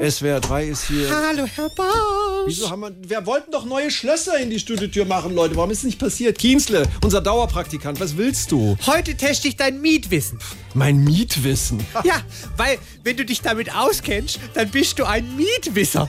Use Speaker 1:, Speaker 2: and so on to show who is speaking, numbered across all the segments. Speaker 1: SWR 3 ist hier.
Speaker 2: Hallo, Herr Bausch.
Speaker 1: Wieso haben wir. Wir wollten doch neue Schlösser in die Studiotür machen, Leute. Warum ist es nicht passiert? Kienzle, unser Dauerpraktikant, was willst du?
Speaker 2: Heute teste ich dein Mietwissen.
Speaker 1: Mein Mietwissen.
Speaker 2: Ja, weil wenn du dich damit auskennst, dann bist du ein Mietwisser.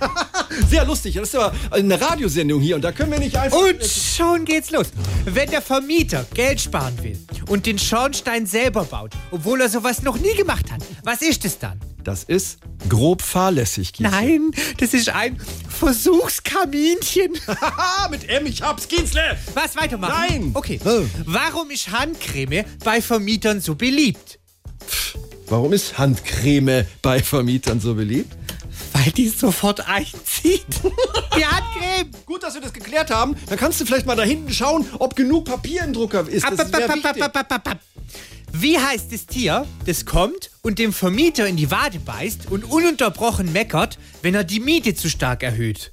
Speaker 1: Sehr lustig. Das ist aber eine Radiosendung hier und da können wir nicht einfach.
Speaker 2: Und schon geht's los. Wenn der Vermieter Geld sparen will und den Schornstein selber baut, obwohl er sowas noch nie gemacht hat, was ist es dann?
Speaker 1: Das ist grob fahrlässig, Kienzle.
Speaker 2: Nein, das ist ein Versuchskaminchen.
Speaker 1: Haha, mit M, ich hab's, Kienzle!
Speaker 2: Was weitermachen?
Speaker 1: Nein.
Speaker 2: Okay.
Speaker 1: Oh.
Speaker 2: Warum ist Handcreme bei Vermietern so beliebt?
Speaker 1: Warum ist Handcreme bei Vermietern so beliebt?
Speaker 2: Weil die sofort einzieht. Die Handcreme.
Speaker 1: Gut, dass wir das geklärt haben. Dann kannst du vielleicht mal da hinten schauen, ob genug Papier im Drucker ist.
Speaker 2: Ab,
Speaker 1: Das
Speaker 2: ab,
Speaker 1: wäre
Speaker 2: ab, ab,
Speaker 1: wichtig.
Speaker 2: ab, ab, ab, ab. Wie heißt das Tier, das kommt und dem Vermieter in die Wade beißt und ununterbrochen meckert, wenn er die Miete zu stark erhöht?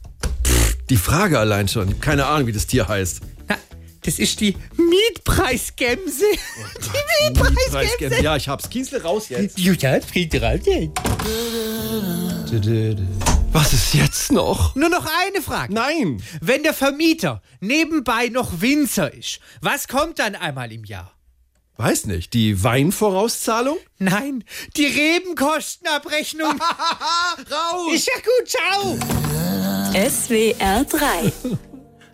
Speaker 1: Die Frage allein schon. Ich hab keine Ahnung, wie das Tier heißt.
Speaker 2: Na, das ist die Mietpreisgämse. Die Mietpreisgämse.
Speaker 1: Ja, ich hab's. Kienzle raus jetzt.
Speaker 2: Jutta, fliegt raus jetzt.
Speaker 1: Was ist jetzt noch?
Speaker 2: Nur noch eine Frage.
Speaker 1: Nein.
Speaker 2: Wenn der Vermieter nebenbei noch Winzer ist, was kommt dann einmal im Jahr?
Speaker 1: Weiß nicht. Die Weinvorauszahlung?
Speaker 2: Nein, die Rebenkostenabrechnung.
Speaker 1: Raus!
Speaker 2: ist ja gut, ciao.
Speaker 3: SWR 3.